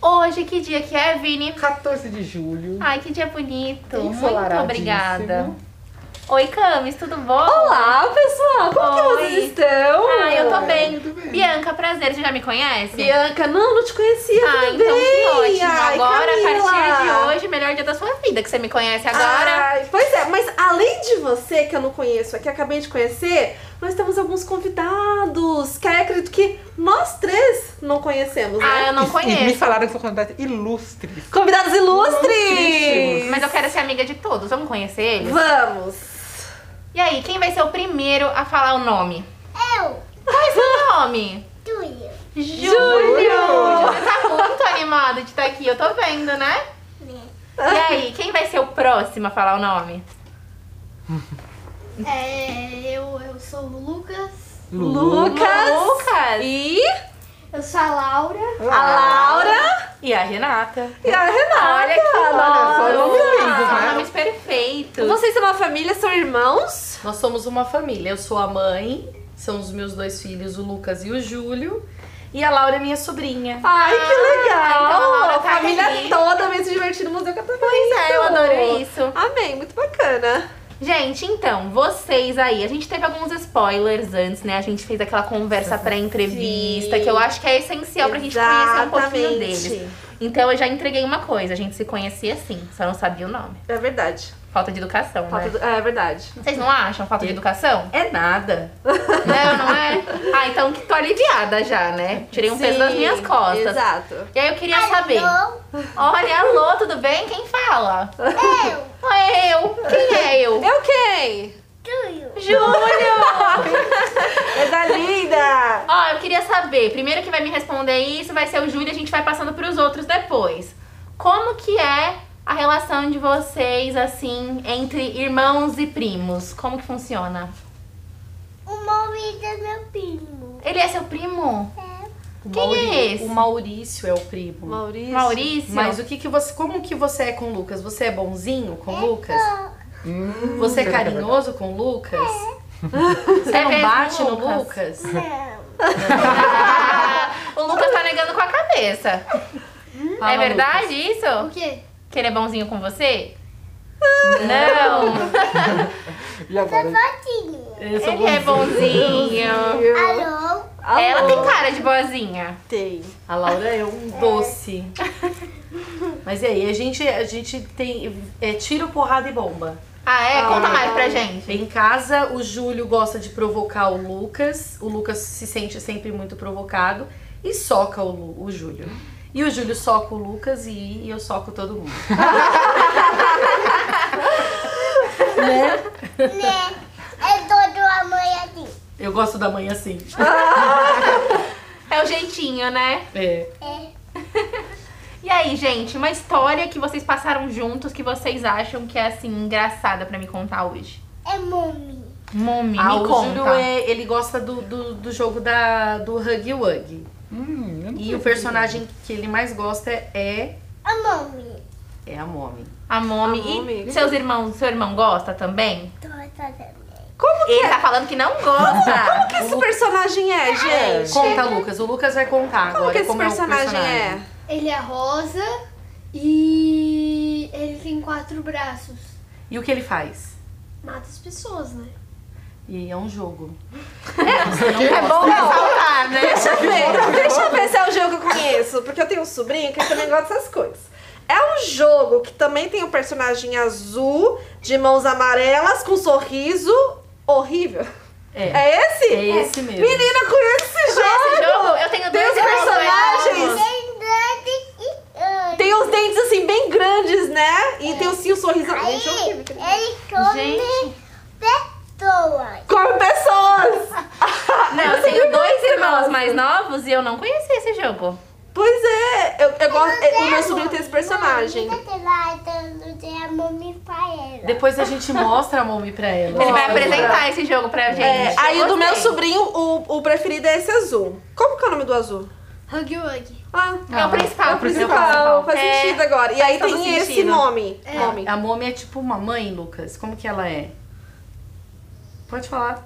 Hoje, que dia que é, Vini? 14 de julho. Ah, Ai, que dia bonito. Muito Ensolarado. obrigada. Oi, Camis, tudo bom? Olá, pessoal! Como Oi. que vocês estão? Ai, eu tô bem. Muito bem. Bianca, prazer, você já me conhece? Bianca, não, não te conhecia. Ah, tudo então que bem? ótimo. Ai, Agora, a partir de Camila. hoje, melhor dia da sua vida, que você me conhece agora. Ai, pois é, mas além de você, que eu não conheço aqui, acabei de conhecer, nós temos alguns convidados, que aí acredito que nós três não conhecemos, Ah, né? eu não E- E me conheço. falaram que são convidados ilustres. Convidados ilustres! Ilustríssimos. Mas eu quero ser amiga de todos, vamos conhecer eles? Vamos! E aí, quem vai ser o primeiro a falar o nome? Eu, Qual é o seu nome? Túlio. Júlio! Júlio tá muito animado de estar aqui, eu tô vendo, né? E aí, quem vai ser o próximo a falar o nome? É, eu, eu sou o Lucas, Lu. Lucas. Lucas! E eu sou a Laura. a Laura E a Renata. e a Renata. Olha que olha só, nome. nomes lindos, São né? nomes perfeitos. Vocês são uma família, são irmãos? Nós somos uma família. Eu sou a mãe, são os meus dois filhos, o Lucas e o Júlio. E a Laura é minha sobrinha. Ai, que legal! então a Laura tá família aqui. toda mesmo divertindo no Museu Catavento. Pois É, eu adoro isso. Amei, muito bacana. Gente, então, vocês aí, a gente teve alguns spoilers antes, né? A gente fez aquela conversa pré-entrevista, Sim. que eu acho que é Então, essencial pra gente conhecer um pouquinho Exatamente. deles. Então eu já entreguei uma coisa, a gente se conhecia sim, só não sabia o nome. É verdade. Falta de educação, Falta né? do- É verdade. Vocês não acham falta de educação? É nada. não, não é? Ah, então que tô aliviada já, né? Tirei um peso das Sim, minhas costas. Exato. E aí eu queria saber. Eu, Olha, alô, tudo bem? Quem fala? Eu! É eu! Quem é eu? Eu quem? Túlio. Júlio! É da linda! Ó, eu queria saber, primeiro que vai me responder isso vai ser o Júlio, a gente vai passando pros outros depois. Como que é a relação de vocês, assim, entre irmãos e primos? Como que funciona? O Maurício é meu primo. Ele é seu primo? O Quem é esse? O Maurício é o primo. Tipo, Maurício. Maurício? Mas o que que você, como que você é com o Lucas? Você é bonzinho com o Lucas? Hum, Você é verdade, verdade. carinhoso com o Lucas? Você É não mesmo, bate Lucas? no Lucas? Não. Ah, o Lucas tá negando com a cabeça. é Fala, verdade O isso? quê? Que ele é bonzinho com você? Não! E agora? Patinho. Lucas. Eu sou Ele é bonzinho. Alô. Alô. Ela tem cara de boazinha. Tem. A Laura é um doce. Mas e aí, a gente, a gente tem é, tiro, porrada e bomba. Ah, é? Conta Ah. mais pra gente. Em casa, o Júlio gosta de provocar o Lucas. O Lucas se sente sempre muito provocado e soca o, Lu- o Júlio. E o Júlio soca o Lucas e eu soco todo mundo. Né? É todo assim. amanhã Eu gosto da mãe assim. É o jeitinho, né? É. E aí, gente, uma história que vocês passaram juntos que vocês acham que é assim engraçada pra me contar hoje. É mami. Momi, Ah, me o conta. Júlio é- ele gosta do, do, do jogo da, do Huggy Wuggy. Hum, eu não E sei. o personagem que ele mais gosta é, A mami. é a Mommy. A Momi. A Momi. E seus irmãos, seu irmão gosta também? Toda também. Ele tá falando que não gosta. O é? que esse personagem é, gente? Conta, Lucas. O Lucas vai contar Como agora que esse como é o personagem é? Ele é rosa e ele tem quatro braços. é? E o que ele faz? Mata as pessoas, né? E é um jogo. é bom ressaltar, né? Deixa eu ver, deixa eu ver se é o jogo que eu conheço, porque eu tenho um sobrinho que também gosta dessas coisas. É um jogo que também tem um personagem azul, de mãos amarelas, com um sorriso horrível. É. É esse? É esse mesmo. Menina, conhece é esse Esse jogo? jogo, eu tenho Tem dois os irmãos, dois personagens. irmãos. Tem grande e grande. Tem os dentes assim, bem grandes, né? E tem assim, o sorriso. Aí, Gente, eu- ele come pessoas. Como pessoas! Não, eu tenho dois irmãos mais novos e eu não conhecia esse jogo. Pois é, eu, eu gosto. O meu sobrinho tem esse personagem. Mami, tem lá, tem- tem a mami pra ela. Depois a gente mostra a Mommy pra ela. Ele vai Nossa. apresentar esse jogo pra gente. É, aí Eu o do meu gostei. sobrinho, o, o preferido é esse azul. Como que é o nome do azul? Huggy Wuggy. Ah, É o principal. é o principal, faz sentido agora. E aí todo tem esse sentido. nome. Nome. A Momi é tipo uma mãe, Lucas. Como que ela é? Pode falar.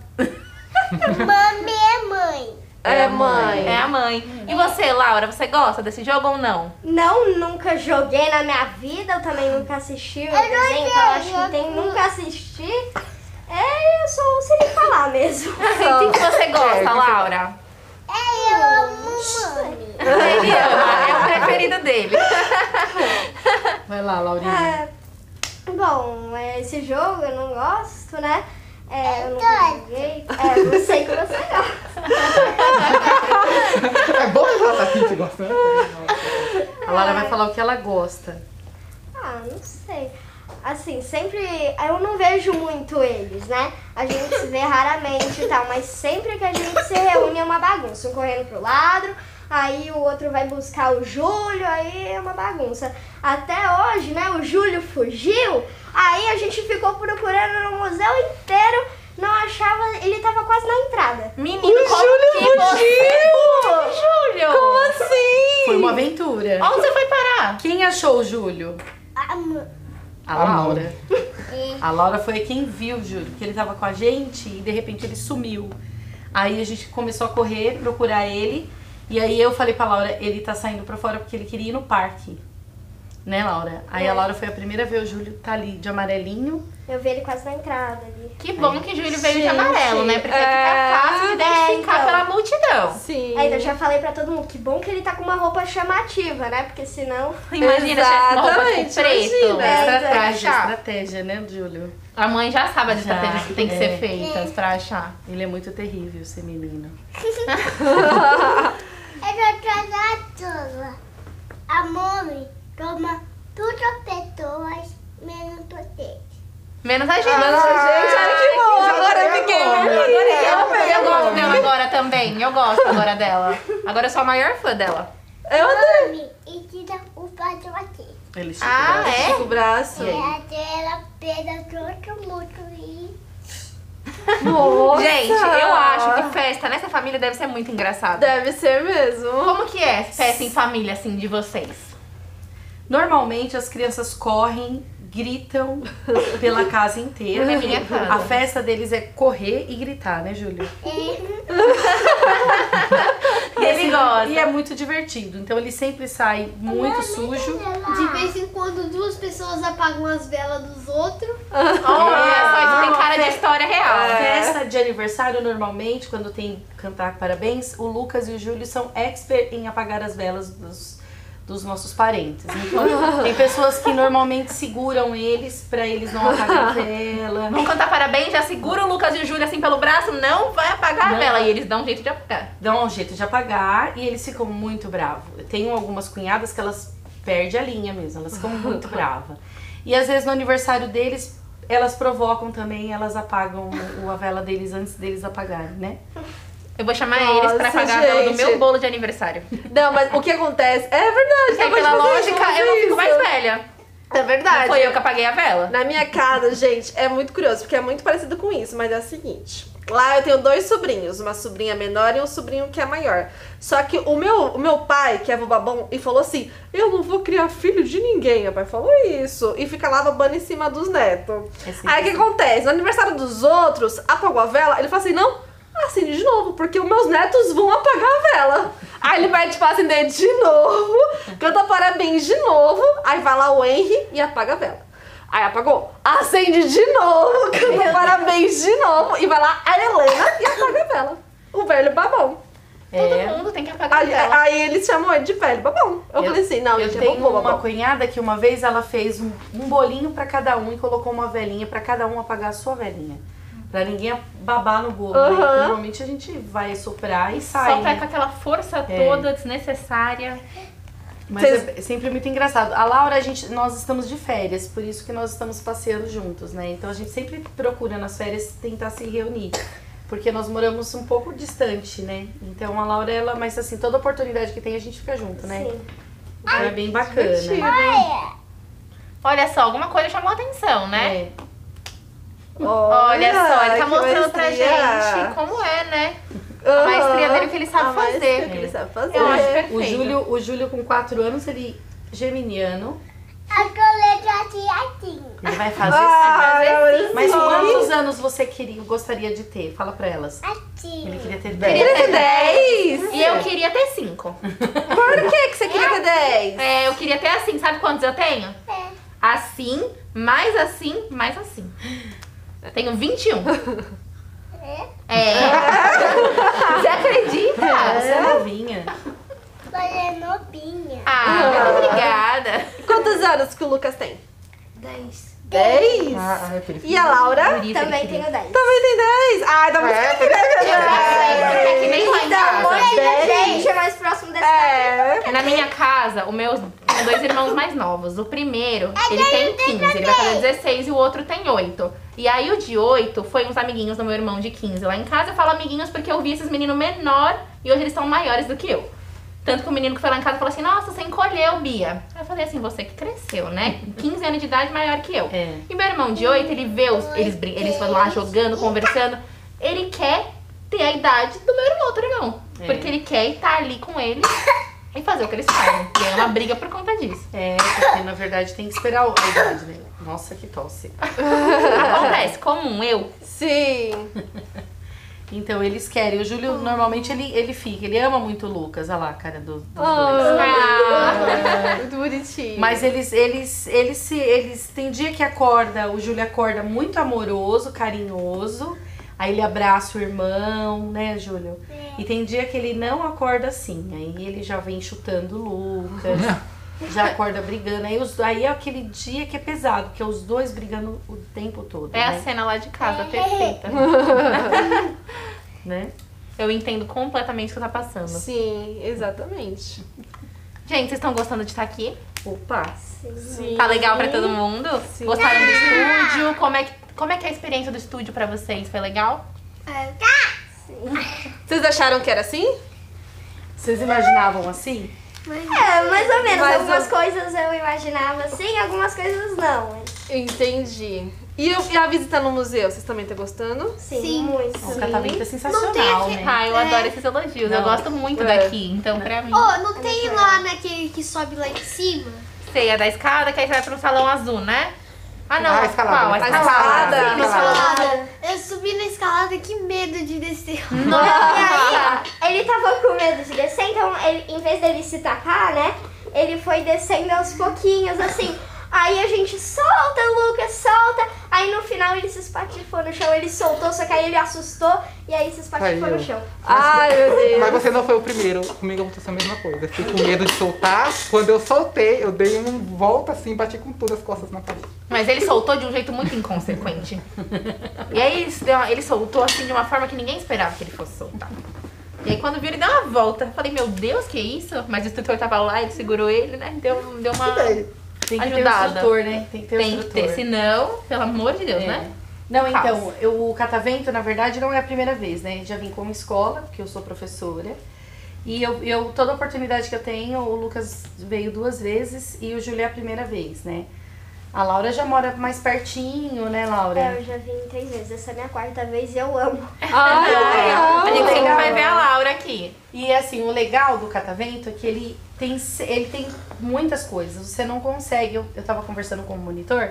Mami é mãe. É, mãe. É a mãe. E Uhum. você, Laura, você gosta desse jogo ou não? Não, nunca joguei na minha vida, eu também nunca assisti o desenho, então eu acho que tem, nunca assisti. É, eu só sei falar mesmo. O que que você gosta, Laura? É, eu amo mami. Ele ama, é o preferido dele. Vai lá, Laurinha. É, bom, é, esse jogo eu não gosto, né? É, eu nunca Doido. joguei. É, não sei que você gosta. É bom que ela tá aqui, você gosta, né? A Laura vai falar o que ela gosta. Ah, não sei. Assim, sempre. Eu não vejo muito eles, né? A gente se vê raramente e tal, mas sempre que a gente se reúne é uma bagunça. Um correndo pro lado, aí o outro vai buscar o Júlio, aí é uma bagunça. Até hoje, né? O Júlio fugiu, aí a gente ficou procurando no museu inteiro, não achava. Ele tava quase na entrada. Menino, como que você... Júlio! Como assim? Foi uma aventura. Onde você foi parar? Quem achou o Júlio? A mãe. A A Laura. A Laura foi quem viu o Júlio, porque ele tava com a gente e de repente ele sumiu. Aí a gente começou a correr, procurar ele. E aí eu falei pra Laura, ele tá saindo pra fora porque ele queria ir no parque. Né, Laura? Aí a Laura foi a primeira a ver o Júlio tá ali de amarelinho. Eu vi ele quase na entrada ali. Que bom que Júlio veio de amarelo, né? Porque fica fácil de é, identificar então. pela multidão. Sim. Aí eu já falei pra todo mundo que bom que ele tá com uma roupa chamativa, né? Porque senão. Imagina, já uma roupa tipo Exatamente, preto. imagina. né? Pra estratégia, achar. estratégia, né, Júlio? A mãe já sabe as Já, estratégias que tem que é. ser feitas pra achar. Ele é muito terrível, esse menino. Ela tá na tola. A mãe toma tudo as pessoas, menos você. Menos a gente. Gente, olha que é bom. Agora eu fiquei eu, eu gosto vermelha. dela agora também. Eu gosto agora dela. Agora eu sou a maior fã dela. Eu adorei. Mami, e tira o pato aqui. Ele chegou. Ah, é? Tipo O braço. E até ela pega todo mundo e Nossa. Gente, eu acho que festa nessa família deve ser muito engraçada. Deve ser mesmo. Como que é festa em família, assim, de vocês? Normalmente as crianças correm, gritam pela casa inteira. É minha casa. A festa deles é correr e gritar, né, Júlio? É. Ele gosta. E é muito divertido. Então ele sempre sai muito sujo. De vez em quando duas pessoas apagam as velas dos outros. Olha só, isso tem cara de história É. real. É. Festa de aniversário, normalmente, quando tem cantar parabéns, o Lucas e o Júlio são expert em apagar as velas dos, dos nossos parentes. Então, tem pessoas que normalmente seguram eles pra eles não apagar a vela. Vamos cantar parabéns, já segura o Lucas e o Júlio assim pelo braço, não vai apagar Não. a vela. E eles dão um jeito de apagar. dão um jeito de apagar e eles ficam muito bravos. Eu tenho algumas cunhadas que elas perdem a linha mesmo, elas ficam muito bravas. E às vezes no aniversário deles, elas provocam também, elas apagam o, a vela deles antes deles apagarem, né? Eu vou chamar Nossa, eles pra pagar a vela do gente. meu bolo de aniversário. Não, mas o que acontece... É verdade. Porque acabou de pela fazer lógica, isso, eu não fico isso. mais velha. É Não verdade. foi eu que apaguei a vela. Na minha casa, gente, é muito curioso, porque é muito parecido com isso, mas é o seguinte. Lá eu tenho dois sobrinhos, uma sobrinha menor e um sobrinho que é maior. Só que o meu, o meu pai, que é babão, e falou assim: Eu não vou criar filho de ninguém. Meu pai falou isso. E fica lá babando em cima dos netos. Aí o que acontece? No aniversário dos outros, apagou a vela, ele fala assim: Não, acende de novo, porque os meus netos vão apagar a vela. Aí ele vai, tipo, acender de novo, canta parabéns de novo. Aí vai lá o Henry e apaga a vela. Aí apagou, acende de novo, canta parabéns de novo e vai lá a Helena e apaga a vela. O velho babão. É. É, Todo mundo tem que apagar a Aí, vela. aí eles chamam ele de velho babão. Eu, falei assim, não, eu gente, tenho é bobão, uma babão. cunhada que uma vez ela fez um, um bolinho pra cada um e colocou uma velinha pra cada um apagar a sua velinha. Pra ninguém babar no bolo. né? Aham. Normalmente a gente vai soprar e sai. Só pra né? com aquela força É. toda desnecessária. Mas Vocês- é sempre muito engraçado. A Laura, a gente, nós estamos de férias, por isso que nós estamos passeando juntos, né? Então a gente sempre procura nas férias tentar se reunir. Porque nós moramos um pouco distante, né? Então a Laura, ela, mas assim, toda oportunidade que tem a gente fica junto, né? Sim. Então é bem bacana. divertido. Olha só, alguma coisa chamou a atenção, né? É. Olha só, ele tá que mostrando pra maestria. gente como é, né? A maestria dele que ele sabe A Tá maestria fazer. que ele sabe fazer. Eu acho perfeito. É. O Júlio, o Júlio com 4 anos, ele geminiano. A colega assim, assim. Ele vai fazer Ah, sim. Mas quantos anos você queria, gostaria de ter? Fala pra elas. Ele Assim. queria ter Queria 10. ter 10? E eu queria ter cinco. Por que, que você queria ter 10? É, eu queria ter assim, sabe quantos eu tenho? É. Assim, mais assim, mais assim. Eu tenho 21. É? É. Você acredita? Você é novinha. Mas é novinha. Ah, muito obrigada. Quantos anos que o Lucas tem? 10. 10? Ah, é periferia. E a Laura? Bonito, Também ele queria. tenho 10. Também tem 10. Ai, dá muito É, é que nem lá em Então, casa. Então, Gente, é mais próximo dessa É. Na minha casa, o meu tem dois irmãos mais novos. O primeiro, ele tem 15, ele vai fazer 16 e o outro tem 8. E aí o de 8 foi uns amiguinhos do meu irmão de 15. Lá em casa eu falo amiguinhos porque eu vi esses meninos menor e hoje eles são maiores do que eu. Tanto que o menino que foi lá em casa falou assim: Nossa, você encolheu, Bia. Aí eu falei assim: Você que cresceu, né? 15 anos de idade maior que eu. É. E meu irmão de 8, ele vê os, eles, brin- eles vão lá jogando, conversando. Ele quer ter a idade do meu irmão, outro irmão. É. Porque ele quer estar ali com ele e fazer o que eles fazem. E é uma briga por conta disso. É, porque na verdade tem que esperar a idade, né? Nossa, que tosse. Acontece, comum, eu. Sim. Então eles querem. O Júlio normalmente ele, ele fica, ele ama muito o Lucas, olha lá, a cara do, dos Oh. dois. Ah, Muito bonitinho. Mas eles, eles, eles se. Eles tem dia que acorda, o Júlio acorda muito amoroso, carinhoso. Aí ele abraça o irmão, né, Júlio? E tem dia que ele não acorda assim. Aí ele já vem chutando o Lucas. já acorda brigando. Aí, os, aí é aquele dia que é pesado, que é os dois brigando o tempo todo. é a né? cena lá de casa, perfeita. né? Eu entendo completamente o que tá passando. Sim, exatamente. Gente, vocês estão gostando de estar aqui? Opa! Sim. Tá legal pra todo mundo? Sim. Gostaram do estúdio? Como é, que, como é que é a experiência do estúdio pra vocês? Foi legal? Vocês acharam que era assim? Vocês imaginavam assim? É, mais ou menos. Mais algumas um. ou- coisas eu imaginava sim, algumas coisas não. Entendi. E, eu- e a visita no museu, vocês também estão gostando? Sim, Sim. muito. O Catavento é sensacional, Não tem aqui- né? Ah, eu adoro esses elogios. Eu Não. gosto muito É. daqui. Então, pra mim, Oh, não tem lá naquele que sobe lá em cima? você ia é da escada, que aí você vai pro salão azul, né? Ah, não, Ah, a escalada, escalada. né? A A escalada. escalada. Sim, no A salão azul. Eu subi na escalada, que medo de descer. Ele tava com medo de descer, então ele, em vez dele se tacar, né? Ele foi descendo aos pouquinhos, assim. Aí a gente solta, Lucas, solta. Aí no final ele se espatifou no chão, ele soltou, só que aí ele assustou e aí se espatifou Caiu. no chão. Ai, meu Deus. Mas você não foi o primeiro. Comigo aconteceu a mesma coisa. Eu Fiquei com medo de soltar. Quando eu soltei, eu dei um volta assim, bati com todas as costas na parede. Mas ele soltou de um jeito muito inconsequente. e aí ele, se deu uma- ele soltou assim de uma forma que ninguém esperava que ele fosse soltar. E aí quando viu, ele deu uma volta. Eu falei, meu Deus, que é isso? Mas o instrutor tava lá, ele segurou ele, né? Deu, deu uma. Tem que ter Ajudada. o instrutor, né? Tem que ter o Tem que instrutor. ter, senão, pelo amor de Deus, É. né? Não, Caos. então, eu- o catavento, na verdade, não é a primeira vez, né? Já vim como escola, porque eu sou professora. E eu, eu- toda oportunidade que eu tenho, o Lucas veio duas vezes e o Júlio é a primeira vez, né? A Laura já mora mais pertinho, né, Laura? É, eu já vim três vezes. Essa é a minha quarta vez e eu amo. Ai, legal. A gente sempre vai ver a Laura aqui. E assim, o legal do catavento é que ele tem, se- ele tem muitas coisas. Você não consegue. Eu, eu tava conversando com o monitor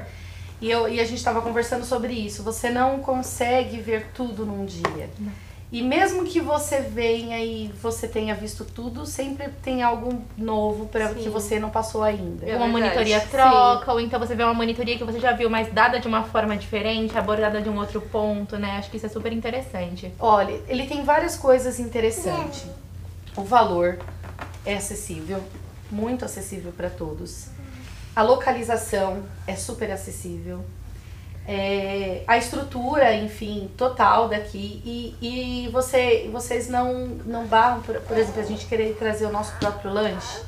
e, eu, e a gente tava conversando sobre isso. Você não consegue ver tudo num dia. E mesmo que você venha e você tenha visto tudo, sempre tem algo novo para que você não passou ainda. Um É uma verdade. monitoria Sim. troca, ou então você vê uma monitoria que você já viu, mas dada de uma forma diferente, abordada de um outro ponto, né? Acho que isso é super interessante. Olha, ele tem várias coisas interessantes. O valor é acessível, muito acessível para todos. A localização é super acessível. É, a estrutura, enfim, total daqui. E, e você, vocês não, não barram, por, por exemplo, a gente querer trazer o nosso próprio lanche.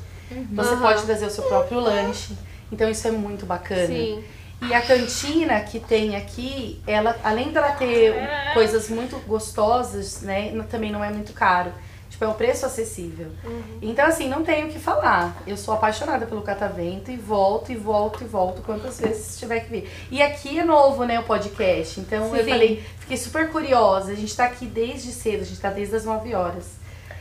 Você Aham. pode trazer o seu próprio lanche. Então isso é muito bacana. Sim. E a cantina que tem aqui, ela, além dela ter coisas muito gostosas, né? n- Também não é muito caro. Tipo, é um preço acessível. Uhum. Então, assim, não tenho o que falar. Eu sou apaixonada pelo catavento e volto, e volto, e volto quantas vezes tiver que vir. E aqui é novo, né, o podcast. Então, eu Sim. falei, fiquei super curiosa. A gente tá aqui desde cedo, a gente tá desde as 9 horas.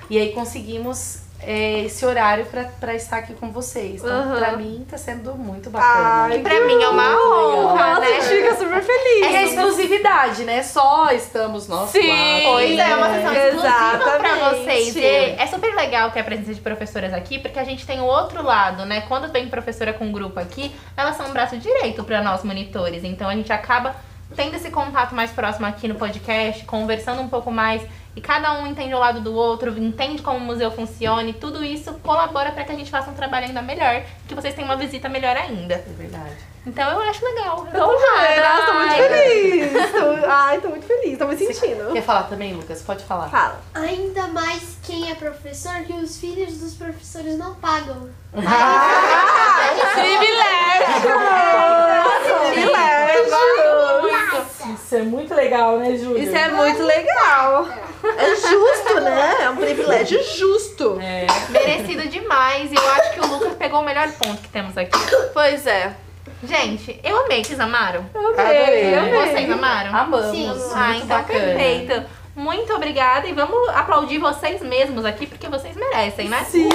E aí conseguimos é, esse horário pra, pra estar aqui com vocês. Então, Aham. pra mim, tá sendo muito bacana. Ai, Pra mim é uma honra, Nossa, a gente né? fica super feliz. É a exclusividade, né? Só estamos nós Sim. quatro. Pois é, uma sessão exclusiva pra Exatamente. vocês. E é super legal ter a presença de professoras aqui, porque a gente tem o outro lado, né? Quando tem professora com grupo aqui, elas são um braço direito pra nós monitores. Então a gente acaba tendo esse contato mais próximo aqui no podcast, conversando um pouco mais. E cada um entende o lado do outro, entende como o museu funciona e tudo isso colabora pra que a gente faça um trabalho ainda melhor, que vocês tenham uma visita melhor ainda. É verdade. Então eu acho legal. Eu Eu tô honrada. Nossa, tô muito Ai, feliz. Tô- Ai, tô muito feliz, tô me sentindo. Quer falar também, Lucas? Pode falar. Fala. Ainda mais quem é professor, que os filhos dos professores não pagam. Privilégio. Isso é muito legal, né, Júlia? Isso é muito legal. É justo, né? É um privilégio justo. É. Merecido demais. E eu acho que o Lucas pegou o melhor ponto que temos aqui. Pois é. Gente, eu amei. Vocês amaram? Adorei. É. Vocês amaram? Amamos. Sim. Muito ah, então bacana. perfeito. Muito obrigada e vamos aplaudir vocês mesmos aqui, porque vocês merecem, né? Sim.